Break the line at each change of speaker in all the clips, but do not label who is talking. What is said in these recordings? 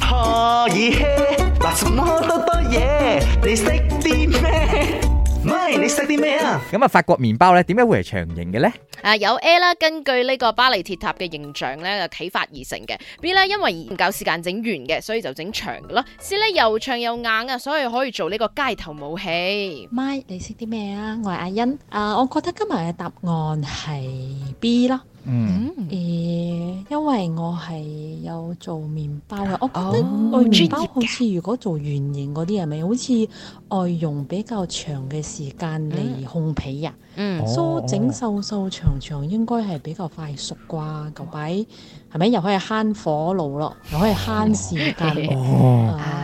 可以嘿，嗱什麼多多嘢，你識啲咩？咪你識啲咩啊？
咁啊，法國麵包咧，點解會係長形嘅咧？
啊有 A 啦，根據呢個巴黎鐵塔嘅形象咧，就啟發而成嘅。B 咧，因為唔夠時間整圓嘅，所以就整長嘅咯。C 咧又長又硬啊，所以可以做呢個街頭武器。
咪你識啲咩啊？我係阿欣。啊，我覺得今日嘅答案係 B 啦。
嗯，
誒、
嗯，
因為我係有做麵包嘅，我覺得
哦
我麵包
專業嘅
好似如果做圓形嗰啲係咪？好似外用比較長嘅時間嚟烘皮啊，
嗯，
所以整瘦瘦長長應該係比較快熟啩。舊擺係咪又可以慳火爐咯，又可以慳時
嗯
間。
哦，
啊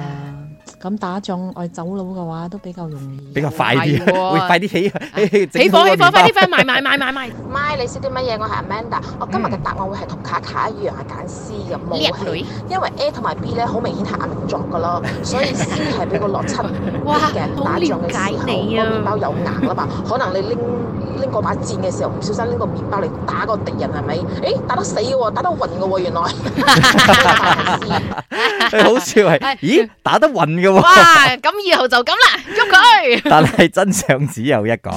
咁打仗我走佬嘅話都比較容易。
比較快啲，
係喎啊
會快啲起起
起
整好
火
個
起火，
麵包
快啲快啲買買 買買買！
咪你識啲乜嘢？我係 Amanda，我今日嘅答案會係同卡卡一樣係揀 C 嘅武
嗯叻
器
女，
因為 A 同埋 B 咧好明顯係壓力作噶啦， 所以 C 係俾個邏輯
哇
嘅打仗嘅時
好
候，
了解
個
你啊
麵包有硬啦嘛，可能你拎拎嗰把箭嘅時候唔小心拎個麵包嚟打個敵人係咪？誒打得死嘅喎，打得暈嘅喎， 原來 答案係 C
好笑 係，咦打得暈嘅喎，
哎嗯哇，咁以後就咁啦，喐佢。
但係真相只有一個。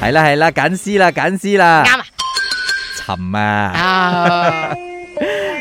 係啦係啦，揀 C 啦揀 C 啦，
啱啊
沉 啊！
啊！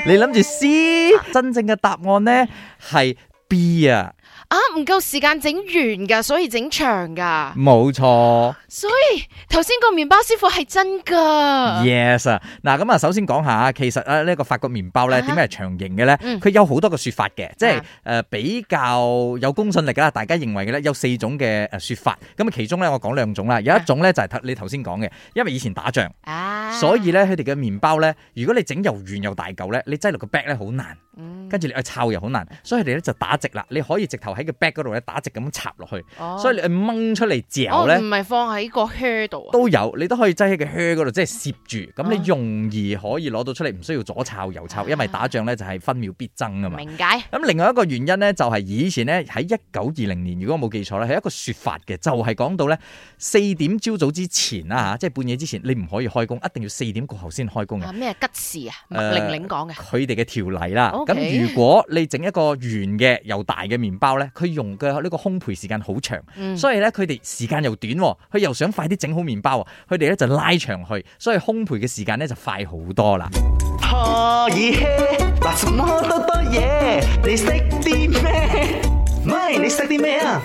你諗住 C 真正嘅答案呢係 B 啊，
啊，唔夠時間整完噶，所以整長噶。
冇錯。
所以頭先個麵包師傅係真 噶。
Yes 啊，嗱咁啊，首先講下，其實啊呢個法國麵包咧
啊
點解係長形嘅咧？
嗯
佢有好多個説法嘅，即係
啊
誒比較有公信力啦。大家認為嘅咧有四種嘅誒説法，咁啊其中咧我講兩種啦，有一種咧就係頭你頭先講嘅，因為以前打仗，
啊
所以咧佢哋嘅麵包咧，如果你整又圓又大嚿咧，你擠落個 bag 咧好難，
嗯
跟住你去摷又好難，所以佢哋咧就打直啦，你可以直頭喺個 bag 嗰度咧打直咁插落去，
哦
所以你掹出嚟嚼
哦
咧
唔。係放喺個靴度啊。
都有，你都可以擠喺個靴嗰度，即係攝住，咁你容易可以攞到出嚟，唔需要左抄右抄，因為打仗咧就係分秒必爭啊嘛。
明解。
咁另外一個原因咧，就係以前咧喺一九二零年，如果我冇記錯咧，係一個説法嘅，就係講到咧四點朝早之前啦嚇，即係半夜之前，你唔可以開工，一定要四點過後先開工嘅
啊。咩吉時啊？麥
誒
玲玲講嘅。
呃佢哋嘅條例啦。咁
OK
如果你整一個圓嘅又大嘅麵包咧，佢用嘅呢個烘焙時間好長。
嗯
所以咧，佢哋時間又短喎，佢又想快啲整好麵包喎，佢哋咧就拉長去，所以烘焙嘅時間咧就快好多啦。
可以嘿，嗱什麼多多嘢，你識啲咩？咪你識啲咩啊？